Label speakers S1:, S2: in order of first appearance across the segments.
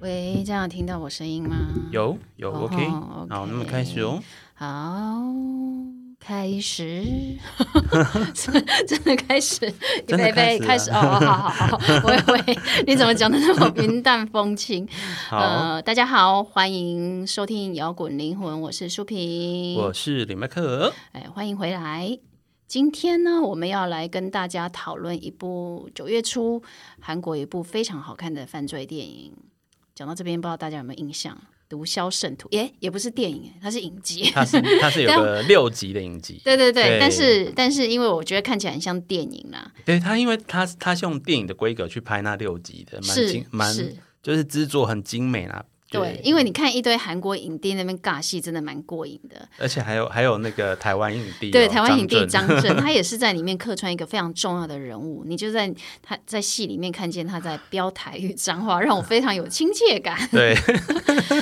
S1: 喂，这样有听到我声音吗？
S2: 有有
S1: 哦
S2: ，OK，
S1: ，OK
S2: 好，那么开始哦。
S1: 好，开 始，真的开始，
S2: 真的
S1: 预备
S2: 开
S1: 开
S2: 始
S1: 始
S2: 了
S1: 哦，好好好，好我以 为你怎么讲的那么云淡风轻？
S2: 好，
S1: 呃，大家好，欢迎收听摇滚灵魂，我是舒平，
S2: 我是李麦克。
S1: 哎，欢迎回来。今天呢，我们要来跟大家讨论一部九月初韩国一部非常好看的犯罪电影。讲到这边，不知道大家有没有印象，《毒枭圣徒》耶，也不是电影，它是影集。
S2: 他是他是有个六集的影集，
S1: 对对对，
S2: 对
S1: 但是但是，因为我觉得看起来很像电影啦，
S2: 对他，因为他他是用电影的规格去拍那六集的，蛮
S1: 是
S2: 精蛮
S1: 是，
S2: 就是制作很精美啦。
S1: 对，，因为你看一堆韩国影帝那边尬戏，真的蛮过瘾的。
S2: 而且还有还有那个台湾影帝哦，
S1: 对，台湾影帝
S2: 震
S1: 张震，他也是在里面客串一个非常重要的人物。你就在他在戏里面看见他在飙台语脏话，让我非常有亲切感。
S2: 对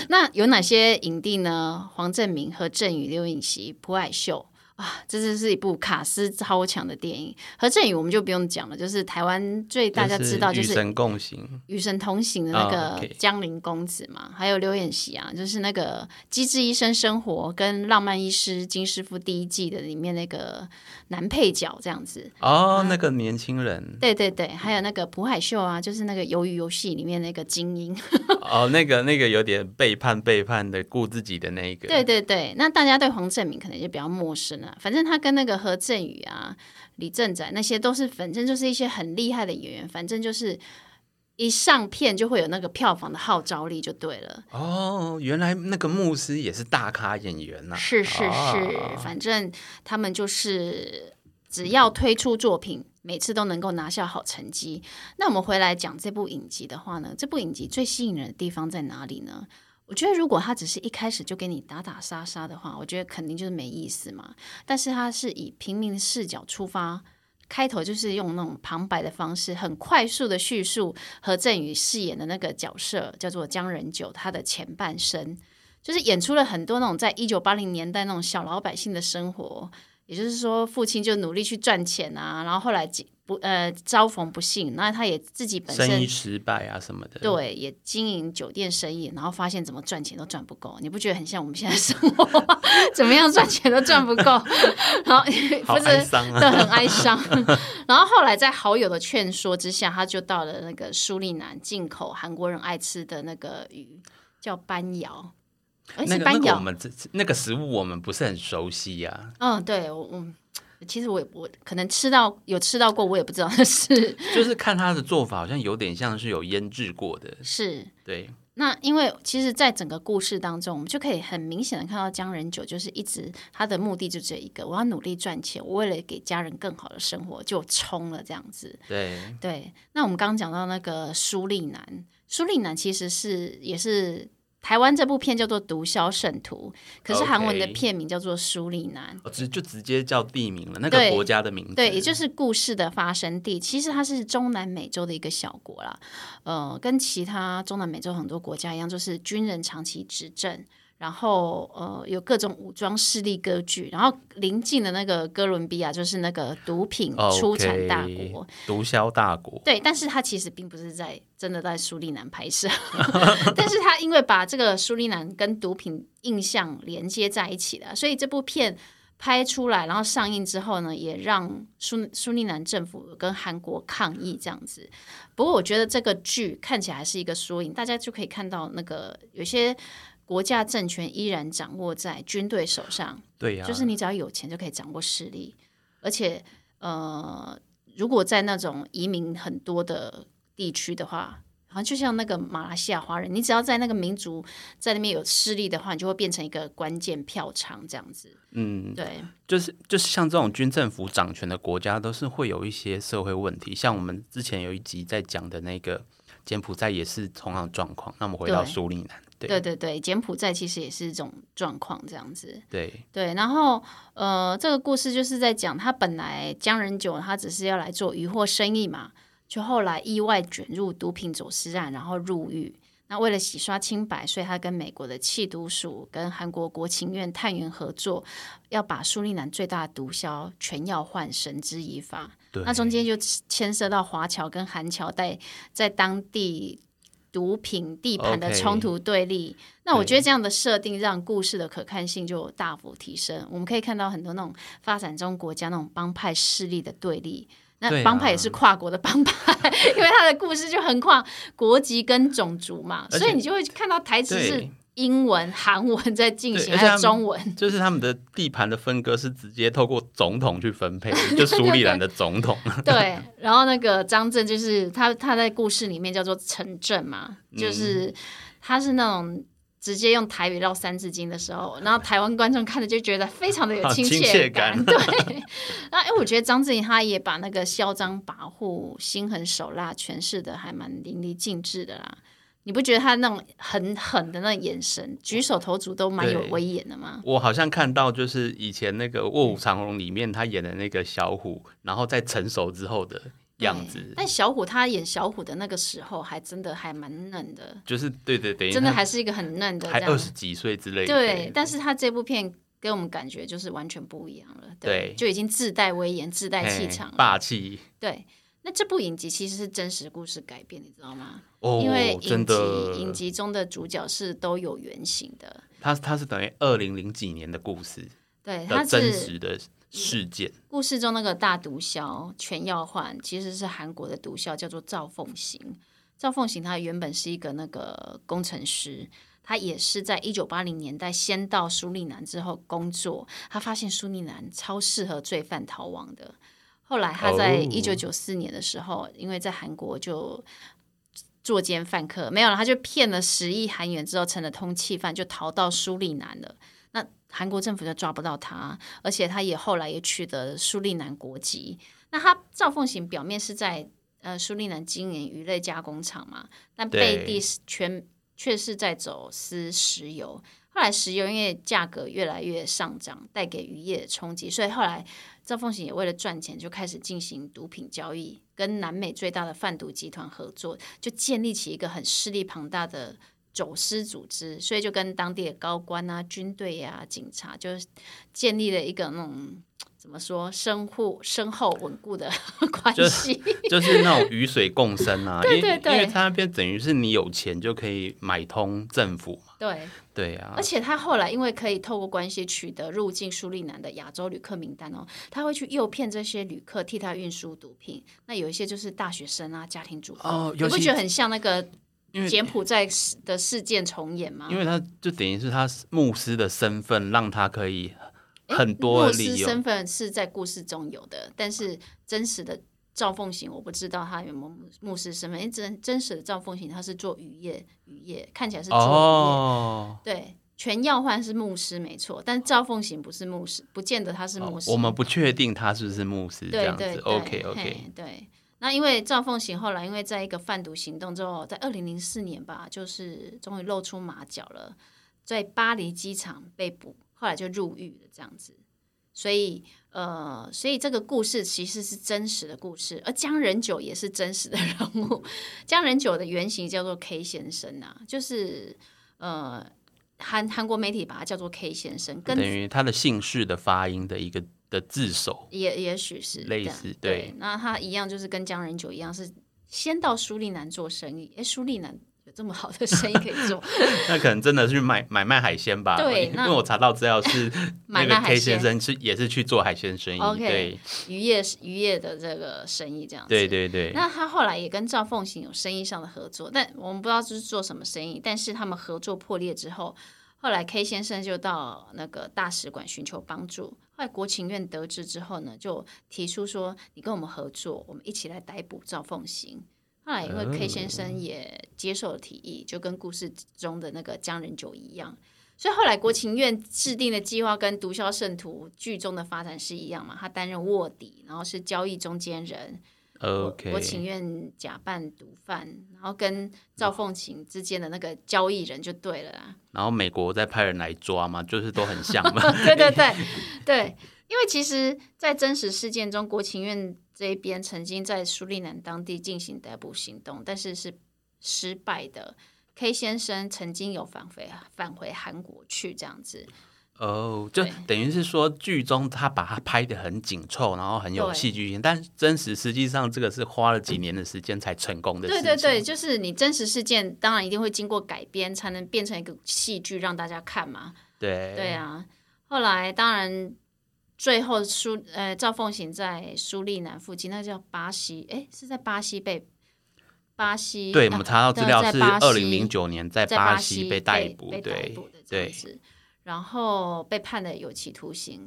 S1: 那有哪些影帝呢？黄正明、何振宇、刘颖锡、朴海秀。啊，这真是一部卡斯超强的电影。何振宇我们就不用讲了，就是台湾最大家知道就
S2: 与
S1: 是《
S2: 神 共行，
S1: 与神同行》的那
S2: 啊
S1: 个
S2: ，OK
S1: 江陵公子嘛，还有刘演熙啊，就是那个《机智医生生活》跟《浪漫医师金师傅》第一季的里面那个男配角这样子。
S2: 哦，那个年轻人
S1: 对对对，还有那个朴海秀啊，就是那个《鱿鱼游戏》里面那个精英。
S2: 哦，那个那个有点背叛背叛的顾自己的那一个，
S1: 对对对，那大家对黄正明可能就比较陌生了。反正他跟那个何振宇啊、李正宰那些都是，反正就是一些很厉害的演员，反正就是一上片就会有那个票房的号召力就对了。
S2: 哦，原来那个牧师也是大咖演员呐、啊
S1: 是是是，
S2: 哦
S1: 反正他们就是只要推出作品，每次都能够拿下好成绩。那我们回来讲这部影集的话呢，这部影集最吸引人的地方在哪里呢？我觉得如果他只是一开始就给你打打杀杀的话，我觉得肯定就是没意思嘛。但是他是以平民的视角出发。开头就是用那种旁白的方式，很快速的叙述何振宇饰演的那个角色，叫做江仁九，他的前半生。就是演出了很多那种在一九八零年代那种小老百姓的生活，也就是说，父亲就努力去赚钱啊，然后后来几不呃遭逢不幸，那他也自己本
S2: 生
S1: 身
S2: 意失败啊什么的，
S1: 对也经营酒店生意，然后发现怎么赚钱都赚不够，你不觉得很像我们现在生活吗？怎么样赚钱都赚不够， 然后
S2: 好
S1: 不
S2: 哀
S1: 是
S2: 伤啊，
S1: 对，很哀伤。 然后后来在好友的劝说之下，他就到了那个苏利南进口韩国人爱吃的那个鱼，叫斑瑶，哎、
S2: 那
S1: 是
S2: 个
S1: 斑
S2: 那个我
S1: 瑶。
S2: 们这那个食物我们不是很熟悉啊呀、
S1: 嗯，对，我我其实我也我可能吃到有吃到过，我也不知道 是
S2: 就是看他的做法好像有点像是有腌制过的，
S1: 是。
S2: 对，
S1: 那因为其实，在整个故事当中，我们就可以很明显的看到江仁九就是一直他的目的就只有一个，我要努力赚钱，我为了给家人更好的生活就冲了这样子。
S2: 对，
S1: 对，那我们刚刚讲到那个苏利南，苏利南其实是也是台湾这部片叫做《毒枭圣徒》，可是韩文的
S2: OK
S1: 片名叫做苏利南。
S2: 哦直就直接叫地名了，那
S1: 对
S2: 个国家的名字，
S1: 对，也就是故事的发生地。其实它是中南美洲的一个小国啦，呃，跟其他中南美洲很多国家一样，就是军人长期执政，然后呃有各种武装势力割据，然后邻近的那个哥伦比亚就是那个毒品
S2: 哦 OK，
S1: 出产大国。
S2: 毒枭大国，
S1: 对，但是他其实并不是在真的在苏利南拍摄， 但是他因为把这个苏利南跟毒品印象连接在一起了，所以这部片拍出来，然后上映之后呢，也让苏苏利南政府跟韩国抗议这样子。不过我觉得这个剧看起来还是一个缩影，大家就可以看到那个有些。国家政权依然掌握在军队手上，
S2: 对啊呀、
S1: 就是你只要有钱就可以掌握势力，而且呃，如果在那种移民很多的地区的话，好像就像那个马来西亚华人，你只要在那个民族在那边有势力的话，你就会变成一个关键票仓这样子。
S2: 嗯，
S1: 对，
S2: 就是就是像这种军政府掌权的国家，都是会有一些社会问题。像我们之前有一集在讲的那个柬埔寨也是同样的状况。那我们回到
S1: 对
S2: 苏利南，对
S1: 对对对，柬埔寨其实也是一种状况这样子。
S2: 对
S1: 对，然后呃，这个故事就是在讲他本来江仁九他只是要来做渔获生意嘛，就后来意外卷入毒品走私案，然后入狱。那为了洗刷清白，所以他跟美国的缉毒署跟韩国国情院探员合作，要把苏利南最大的毒枭全耀焕绳之以法。
S2: 对
S1: 那中间就牵涉到华侨跟韩侨在在当地毒品地盘的
S2: OK
S1: 冲突对立。那我
S2: 对
S1: 觉得这样的设定让故事的可看性就大幅提升。我们可以看到很多那种发展中国家那种帮派势力的对立。
S2: 对
S1: 那
S2: 啊
S1: 帮派也是跨国的帮派， 因为他的故事就横跨国籍跟种族嘛，
S2: 而且
S1: 所以你就会看到台词是
S2: 对
S1: 英文、韩文在进
S2: 对
S1: 行，
S2: 而
S1: 还
S2: 且他
S1: 有
S2: 们
S1: 中文。
S2: 就是他们的地盘的分割是直接透过总统去 分配，就苏里兰的总统，
S1: 对，然后那个张震就是他，他在故事里面叫做陈震嘛，
S2: 嗯
S1: 就是他是那种直接用台语绕《三字经》的时 候，然后台湾观众看了就觉得非常的有
S2: 好
S1: 亲
S2: 啊亲切
S1: 切
S2: 感
S1: 对，那哎，我觉得张震他也把那个嚣张跋扈、心狠手辣诠释的还蛮淋漓尽致的啦。你不觉得他那种很狠的那种眼神、举手投足都蛮有
S2: 对
S1: 威严的吗？
S2: 我好像看到，就是以前那个《卧虎藏龙》里面他演的那个小虎，然后在成熟之后的样
S1: 对
S2: 子，
S1: 但小虎他演小虎的那个时候，还真的还蛮嫩的。
S2: 就是对对对，
S1: 真的还是一个很嫩的
S2: 还
S1: 这
S2: 二
S1: 样。
S2: 十几岁之类的，
S1: 对，但是他这部片给我们感觉就是完全不一样了，
S2: 对
S1: 就已经自带威严、自带气
S2: 嘿
S1: 场了。
S2: 霸气
S1: 对，那这部影集其实是真实故事改编，你知道吗？
S2: 哦
S1: 因为，
S2: 真
S1: 影集影
S2: 的，
S1: 集中的主角是都有原型的，
S2: 他他是等于二零零几年的故事
S1: 对，
S2: 的
S1: 他
S2: 真
S1: 是
S2: 实的事件，
S1: 故事中那个大毒枭全耀焕，其实是韩国的毒枭，叫做赵凤行。赵凤行他原本是一个那个工程师，他也是在一九八零年代先到苏利南之后工作，他发现苏利南超适合罪犯逃亡的。后来他在
S2: 哦
S1: 一九九四年的时候因为在韩国就作奸犯科，没有了，他就骗了十亿韩元之后成了通缉犯，就逃到苏利南了。那韩国政府就抓不到他，而且他也后来也取得苏利南国籍。那他赵凤行表面是在呃苏利南经营鱼类加工厂嘛，但
S2: 对
S1: 背地是全却是在走私石油。后来石油因为价格越来越上涨，带给渔业冲击，所以后来赵凤行也为了赚钱，就开始进行毒品交易，跟南美最大的贩毒集团合作，就建立起一个很势力庞大的走私组织，所以就跟当地的高官啊、军队呀、警察，就是建立了一个那种怎么说深厚、深厚稳固的 关
S2: 就
S1: 系。
S2: 就是那种鱼水共生啊，因 为
S1: 对对
S2: 因为他那边等于是你有钱就可以买通政府嘛，
S1: 对，
S2: 对啊
S1: 而，且他后来因为可以透过关系取得入境苏利南的亚洲旅客名单哦，他会去诱骗这些旅客替他运输毒品。那有一些就是大学生啊、家庭主妇，
S2: 哦
S1: 你
S2: 尤
S1: 不
S2: 其
S1: 觉得很像那个
S2: 因为
S1: 柬埔寨的事件重演吗？
S2: 因为他就等于是他牧师的身份，让他可以
S1: 诶
S2: 很多的
S1: 牧师
S2: 利用。
S1: 身份嗯是在故事中有的，但是真实的赵凤行我不知道他有没有牧牧师身份，因为真真实的赵凤行他是做渔业，渔业看起来是做渔业，
S2: 哦，
S1: 对。全耀焕是牧师没错，但赵凤行不是牧师，不见得他是牧
S2: 哦
S1: 师。
S2: 我们不确定他是不是牧师这
S1: 对
S2: 样
S1: 对
S2: 子
S1: 对。
S2: OK
S1: 嘿
S2: OK，
S1: 对。那因为赵凤行后来因为在一个贩毒行动之后，在二零零四年吧，就是终于露出马脚了，在巴黎机场被捕，后来就入狱了这样子。所以呃，所以这个故事其实是真实的故事，而江仁九也是真实的人物。江仁九的原型叫做 K 先生啊，就是呃。韩韩国媒体把他叫做 K 先生，跟
S2: 等于他的姓氏的发音的一个的字首。
S1: 也也许是
S2: 类
S1: 这样
S2: 似
S1: 对
S2: 对
S1: 那他一样就是跟江仁九一样，是先到苏利南做生意。哎，苏利南有这么好的生意可以做，
S2: 那可能真的是去买买卖海鲜吧？
S1: 对
S2: 因
S1: 那
S2: 为我查到资料是那
S1: 买
S2: 个
S1: 卖
S2: K
S1: 海
S2: 先
S1: 鲜
S2: 生是也是去做海鲜生意。
S1: OK
S2: 对
S1: 渔业渔业的这个生意这样子。
S2: 对对对，
S1: 那他后来也跟赵凤行有生意上的合作，但我们不知道这是做什么生意。但是他们合作破裂之后，后来 K 先生就到那个大使馆寻求帮助。后来国情院得知之后呢，就提出说：“你跟我们合作，我们一起来逮捕赵凤行。”后来因为 K 先生也接受了提议，就跟故事中的那个江仁九一样。所以后来国情院制定的计划跟《毒枭圣徒》剧中的发展是一样嘛？他担任卧底，然后是交易中间人，我我
S2: OK，
S1: 情愿假扮毒贩，然后跟赵凤琴之间的那个交易人就对了啦。
S2: 然后美国在派人来抓嘛，就是都很像嘛。
S1: 对对对对，因为其实，在真实事件中，国情院这边曾经在苏利南当地进行逮捕行动，但是是失败的。K 先生曾经有返回返回韩国去这样子，
S2: 哦，就
S1: 对
S2: 等于是说，剧中他把它拍的很紧凑，然后很有
S1: 对
S2: 戏剧性，但真实实际上这个是花了几年的时间才成功的事
S1: 对
S2: 情。
S1: 对对，就是你真实事件，当然一定会经过改编，才能变成一个戏剧让大家看嘛。
S2: 对
S1: 对啊，后来当然最后苏呃赵凤行在苏利南附近，那叫巴西，诶，是在巴西被巴西
S2: 对
S1: 啊
S2: 我们查到资料是
S1: 在巴西
S2: 二零零九年在
S1: 在
S2: 巴
S1: 西
S2: 被逮
S1: 逮
S2: 捕，
S1: 被逮
S2: 对
S1: 捕的这样
S2: 对，
S1: 子，然后被判了有期徒刑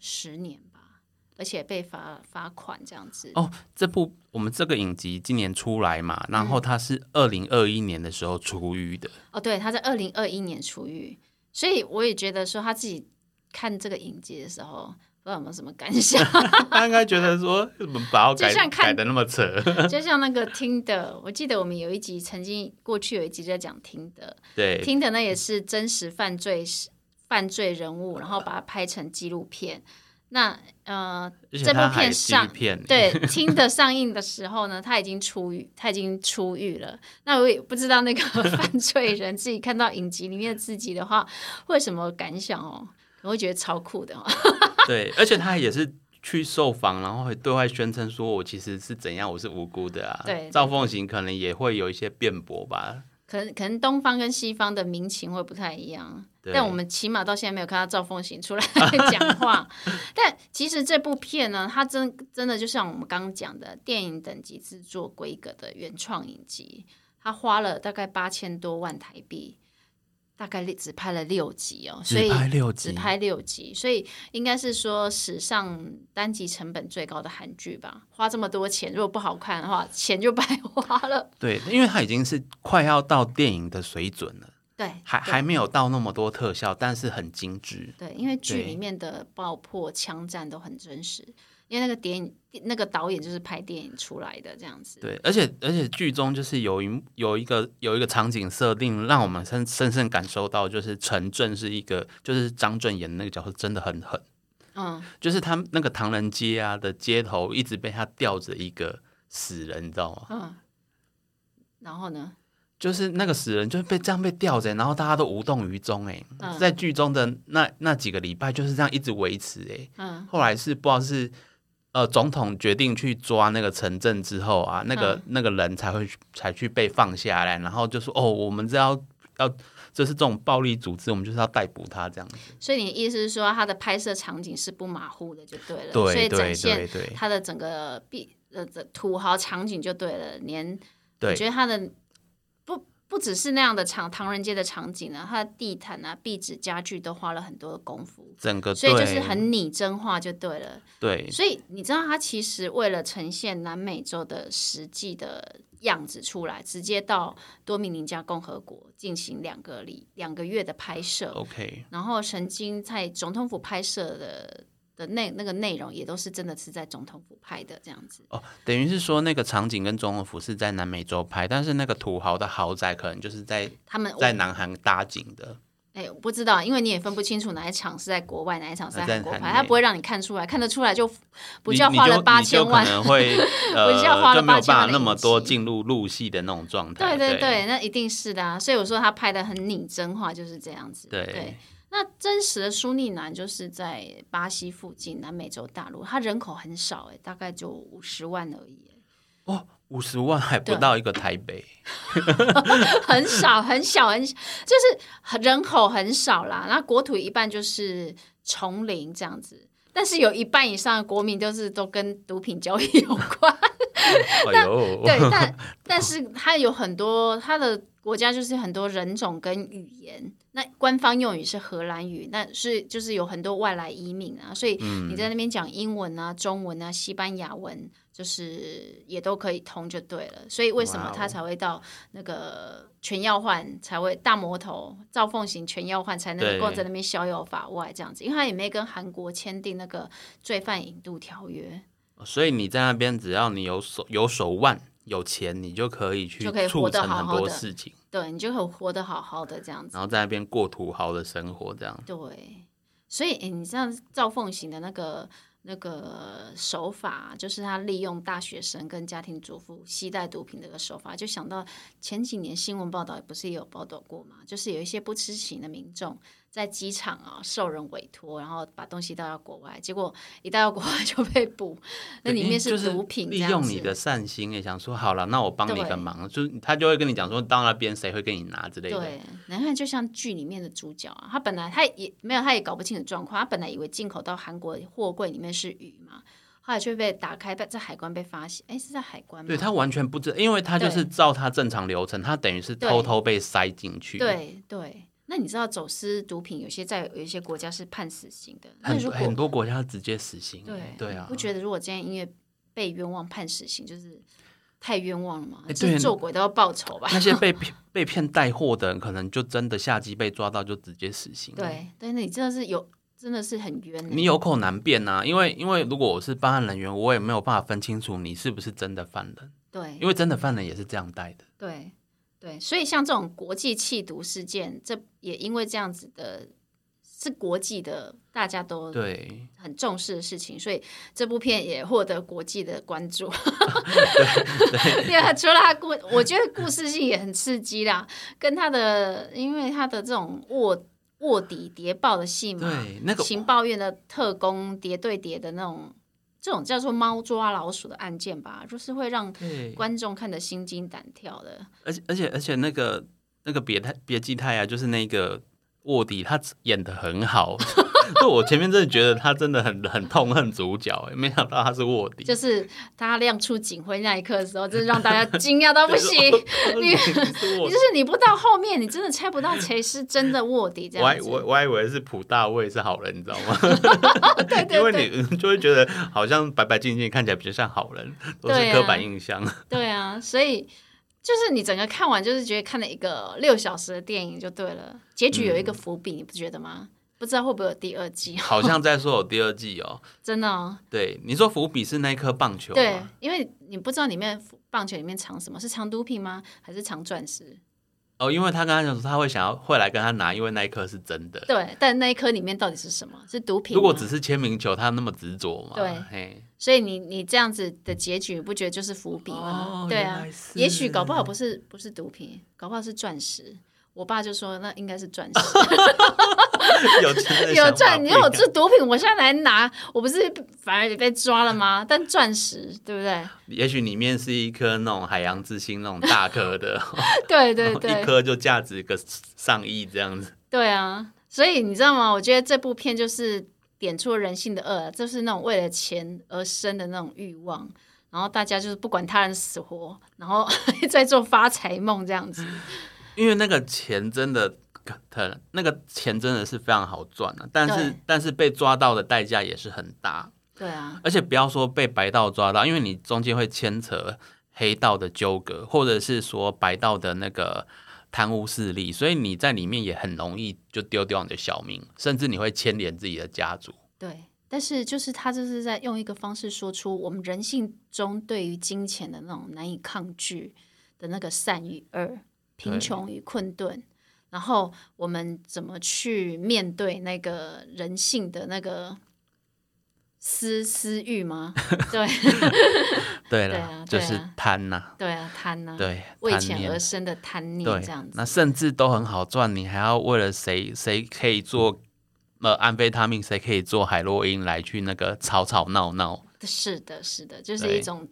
S1: 十年吧，而且被罚罚款这样子。
S2: 哦，这部我们这个影集今年出来嘛，然
S1: 嗯
S2: 后它是二零二一年的时候出狱的，
S1: 哦，对，他在二零二一年出狱，所以我也觉得说他自己看这个影集的时候，不知道有没有什么感想，
S2: 他应该觉得说怎么把我
S1: 就
S2: 改
S1: 像看
S2: 改的那么扯，
S1: 就像那个听的，我记得我们有一集曾经过去有一集在讲听的，
S2: 对
S1: 听的呢也是真实犯罪是犯罪人物，然后把它拍成纪录片。那呃，
S2: 而且
S1: 这部
S2: 他还
S1: 片
S2: 是
S1: 上
S2: 片，
S1: 对，听的上映的时候呢，他已经出狱，他已经出狱了。那我也不知道那个 犯罪人自己看到影集里面的自己的话，会有什么感想哦？我会觉得超酷的、哦，
S2: 对，而且他也是去受访，然后还对外宣称说我其实是怎样，我是无辜的啊。
S1: 对
S2: 赵凤行可能也会有一些辩驳吧。
S1: 可能可能东方跟西方的民情会不太一样，
S2: 对
S1: 但我们起码到现在没有看到赵凤行出来 讲话。但其实这部片呢，它真真的就像我们刚刚讲的，电影等级制作规格的原创影集，它花了大概八千多万台币，大概只拍了六集哦，所以
S2: 只拍六
S1: 只
S2: 集，
S1: 拍六集，所以应该是说史上单集成本最高的韩剧吧。花这么多钱，如果不好看的话，钱就白花了。
S2: 对，因为他已经是快要到电影的水准了，
S1: 对，
S2: 还
S1: 对
S2: 还没有到那么多特效，但是很精致。
S1: 对，因为剧
S2: 对
S1: 里面的爆破、枪战都很真实，因为那个电影那个导演就是拍电影出来的这样子。
S2: 对，而且而且剧中就是有一幕有一个有一个场景设定，让我们深深深感受到，就是陈正是一个，就是张震演的那个角色真的很狠，
S1: 嗯，
S2: 就是他们那个唐人街啊的街头一直被他吊着一个死人，你知道吗？
S1: 嗯然后呢？
S2: 就是那个死人就是被这样被吊着，然后大家都无动于衷哎、
S1: 嗯
S2: 在剧中的那那几个礼拜就是这样一直维持哎、
S1: 嗯，
S2: 后来是不知道是呃总统决定去抓那个城镇之后啊，那个、
S1: 嗯
S2: 那个人才会去才去被放下来，然后就说哦，我们这要要就是这种暴力组织，我们就是要逮捕他这样子。
S1: 所以你的意思是说，它的拍摄场景是不马虎的，就对了。所
S2: 对
S1: 以
S2: 对
S1: 展现
S2: 对对
S1: 它的整个必呃的土豪场景就对了，连我觉
S2: 对
S1: 得它的不不只是那样的场唐人街的场景啊，它的地毯啊、壁纸、家具都花了很多的功夫，
S2: 整个
S1: 所以就是
S2: 对
S1: 很拟真化就对了。
S2: 对
S1: 所以你知道，他其实为了呈现南美洲的实际的样子出来，直接到多米尼加共和国进行两个礼两个月的拍摄，
S2: OK
S1: 然后曾经在总统府拍摄的的内那个内容也都是真的是在总统府拍的这样子。
S2: 哦，等于是说那个场景跟总统府是在南美洲拍，但是那个土豪的豪宅可能就是在
S1: 他们
S2: 在南韩搭景的。
S1: 哎、我不知道，因为你也分不清楚哪一场是在国外，哪一场是在
S2: 在
S1: 韩国
S2: 韩
S1: 拍，
S2: 内
S1: 他不会让你看出来，看得出来就不
S2: 你
S1: 叫
S2: 你
S1: 花
S2: 就
S1: 了八千万
S2: 你就 可。能会呃，
S1: 不叫花了
S2: 就没有
S1: 8000万的
S2: 办法那么多
S1: 影集
S2: 进入入戏的那种状态。
S1: 对
S2: 对
S1: 对对，那一定是的啊！所以我说他拍的很拟真化，就是这样子。对
S2: 对，
S1: 那真实的苏利南就是在巴西附近南美洲大陆，它人口很少哎，大概就五十万而已欸，
S2: 五十万还不
S1: 对
S2: 到一个台北。
S1: 很少很小很小，就是人口很少啦。然后国土一半就是丛林这样子，但是有一半以上的国民都是都跟毒品交易有关。
S2: 哎 呦，
S1: 对，但但是它有很多它的国家就是很多人种跟语言，那官方用语是荷兰语，那是就是有很多外来移民啊，所以你在那边讲英文啊、中文啊、西班牙文，就是也都可以通就对了。所以为什
S2: 哇
S1: 么
S2: 哦
S1: 他才会到那个全耀焕才会大魔头赵凤行全耀焕才能够
S2: 对
S1: 在那边逍遥法外这样子，因为他也没跟韩国签订那个罪犯引渡条约。
S2: 所以你在那边，只要你有手有手腕、有钱，你就可以去
S1: 就可以
S2: 促
S1: 活得
S2: 成
S1: 好
S2: 很
S1: 好
S2: 多
S1: 的
S2: 事情，
S1: 对，你就很活得好好的这样子。
S2: 然后在那边过土豪的生活，这样。
S1: 对，所以诶你像赵凤行的那个那个手法，就是他利用大学生跟家庭主妇携带毒品这个手法，就想到前几年新闻报道不是也有报道过嘛，就是有一些不知情的民众在机场啊受人委托，然后把东西带到国外，结果一带到国外 就被捕，那里
S2: 因为
S1: 面
S2: 就是
S1: 毒品这
S2: 利
S1: 样
S2: 用
S1: 子
S2: 你的善心也想说好了，那我帮你
S1: 对
S2: 个忙，就是他就会跟你讲说到那边谁会跟你拿之类的。
S1: 对，南汉就像剧里面的主角啊，他本来他也没有，他也搞不清楚状况，他本来以为进口到韩国货柜里面是鱼嘛，后来却被打开，在在海关被发现，哎，是在海关吗？
S2: 对他完全不知，因为他就是照他正常流程，他等于是
S1: 对
S2: 偷偷被塞进去。，
S1: 对对那你知道走私毒品有些在有一些国家是判死刑的，那
S2: 很
S1: 如
S2: 多
S1: 果
S2: 很多国家直接死刑。
S1: 对
S2: 对啊
S1: 不，觉得如果今天因为被冤枉判死刑，就是太冤枉了吗？
S2: 哎
S1: 就
S2: 对
S1: 是做鬼都要报仇吧？
S2: 那些被骗被骗带货的人，可能就真的下机被抓到就直接死刑。。
S1: 对对，那你真的是有真的是很冤、欸，
S2: 嗯你有口难辩呐、因为因为如果我是办案人员，我也没有办法分清楚你是不是真的犯人，
S1: 对
S2: 因为真的犯人也是这样带的。
S1: 对对，所以像这种国际弃毒事件，这也因为这样子的，是国际的，大家都
S2: 对，
S1: 很重视的事情，所以这部片也获得国际的关注。 对啊，除了他故，我觉得故事性也很刺激啦，跟他的，因为他的这种卧卧底谍报的戏嘛，
S2: 对那个
S1: 情报院的特工谍对谍的那种。这种叫做猫抓老鼠的案件吧，就是会让
S2: 对，
S1: 观众看得心惊胆跳的。
S2: 而且而且而且那个那个别太别姬太啊，就是那个卧底，他演的 很好，就我前面真的觉得他真的很很痛恨主角，哎没想到他是卧底，
S1: 就是他亮出警徽那一刻的时候，真的让大 家惊讶到不行。
S2: 哦你是卧
S1: 你
S2: 底
S1: 就。是你不到后面，你真的猜不到谁是真的卧底这
S2: 我还
S1: 样
S2: 我
S1: 子。
S2: 我还以为是普大卫是好人，你知道吗？
S1: 对 对
S2: 因
S1: 对，
S2: 为你就会觉得好像白白净净，看起来比较像好人，都
S1: 对
S2: 是
S1: 啊
S2: 刻板印象。
S1: 对啊，所以就是你整个看完，就是觉得看了一个六小时的电影就对了，结局
S2: 嗯
S1: 有一个伏笔，你不觉得吗？不知道会不会有第二季？啊
S2: 好像在说有第二季哦。
S1: 真的、哦，
S2: 对，你说伏笔是那颗棒球啊
S1: 对
S2: 吗？，
S1: 因为你不知道里面棒球里面藏什么，是藏毒品吗？还是藏钻石？
S2: 哦，因为他跟他讲说他会想要会来跟他拿，因为那一颗是真的。
S1: 对，但那一颗里面到底是什么？是毒品吗？
S2: 如果只是签名球，他那么执着嘛？
S1: 对
S2: 嘿，
S1: 所以你你这样子的结局，你不觉得就是伏笔吗？
S2: 哦
S1: 对
S2: 原
S1: 啊
S2: 来，是
S1: 也许搞不好不是不是毒品，搞不好是钻石。我爸就说那应该是钻石，
S2: 有钱人 的
S1: 有
S2: 哦想法
S1: 钻，
S2: 不
S1: 你
S2: 一
S1: 看
S2: 样
S1: 我这毒品，我现在来拿，我不是反而也被抓了吗？但钻石，对不对？
S2: 也许里面是一颗那种海洋之星那种大颗的，
S1: 对 对
S2: 哦一
S1: 对
S2: 颗就价值个上亿这样子。
S1: 对啊！所以你知道吗？我觉得这部片就是点出人性的恶，啊就是那种为了钱而生的那种欲望，然后大家就是不管他人死活，然后 在做发财梦这样子。
S2: 因为那个钱真的。可那个钱真的是非常好赚啊，但是
S1: 对
S2: 但是被抓到的代价也是很大。
S1: 对啊，
S2: 而且不要说被白道抓到，因为你中间会牵扯黑道的纠葛，或者是说白道的那个贪污势力，所以你在里面也很容易就丢掉你的小命，甚至你会牵连自己的家族。
S1: 对，但是就是他就是在用一个方式说出我们人性中对于金钱的那种难以抗拒的那个善与恶、贫
S2: 对
S1: 穷与困顿，然后我们怎么去面对那个人性的那个私私欲吗？ 对对
S2: 对了，
S1: 啊
S2: 就
S1: 对
S2: 是
S1: 啊
S2: 贪呐、
S1: 对啊，贪呐、
S2: 对，
S1: 为
S2: 贪
S1: 钱
S2: 念啊
S1: 而生的贪念
S2: 对
S1: 这样，子
S2: 那。甚至都很好赚，你还要为了谁谁可以做呃安非他命，谁可以做海洛因来去那个吵吵闹闹。
S1: 是的，是的，就是
S2: 对
S1: 一种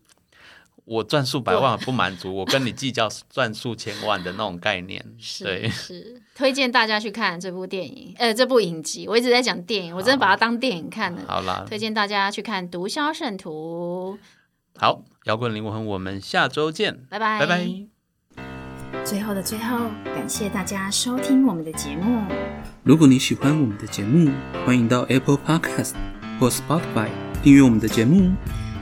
S2: 我赚数百万不满足，我跟你计较赚数千万的那种概念，
S1: 是
S2: 对。
S1: 是，推荐大家去看这部电影，呃，这部影集。我一直在讲电影，我真的把
S2: 啊
S1: 它当电影看了。
S2: 好啦，
S1: 推荐大家去看《毒枭圣徒
S2: 好，摇滚灵魂，我们下周见》，，
S1: 拜拜，
S2: 拜拜。
S1: 最后的最后，感谢大家收听我们的节目。
S3: 如果你喜欢我们的节目，欢迎到 Apple Podcast 或 Spotify 订阅我们的节目哦，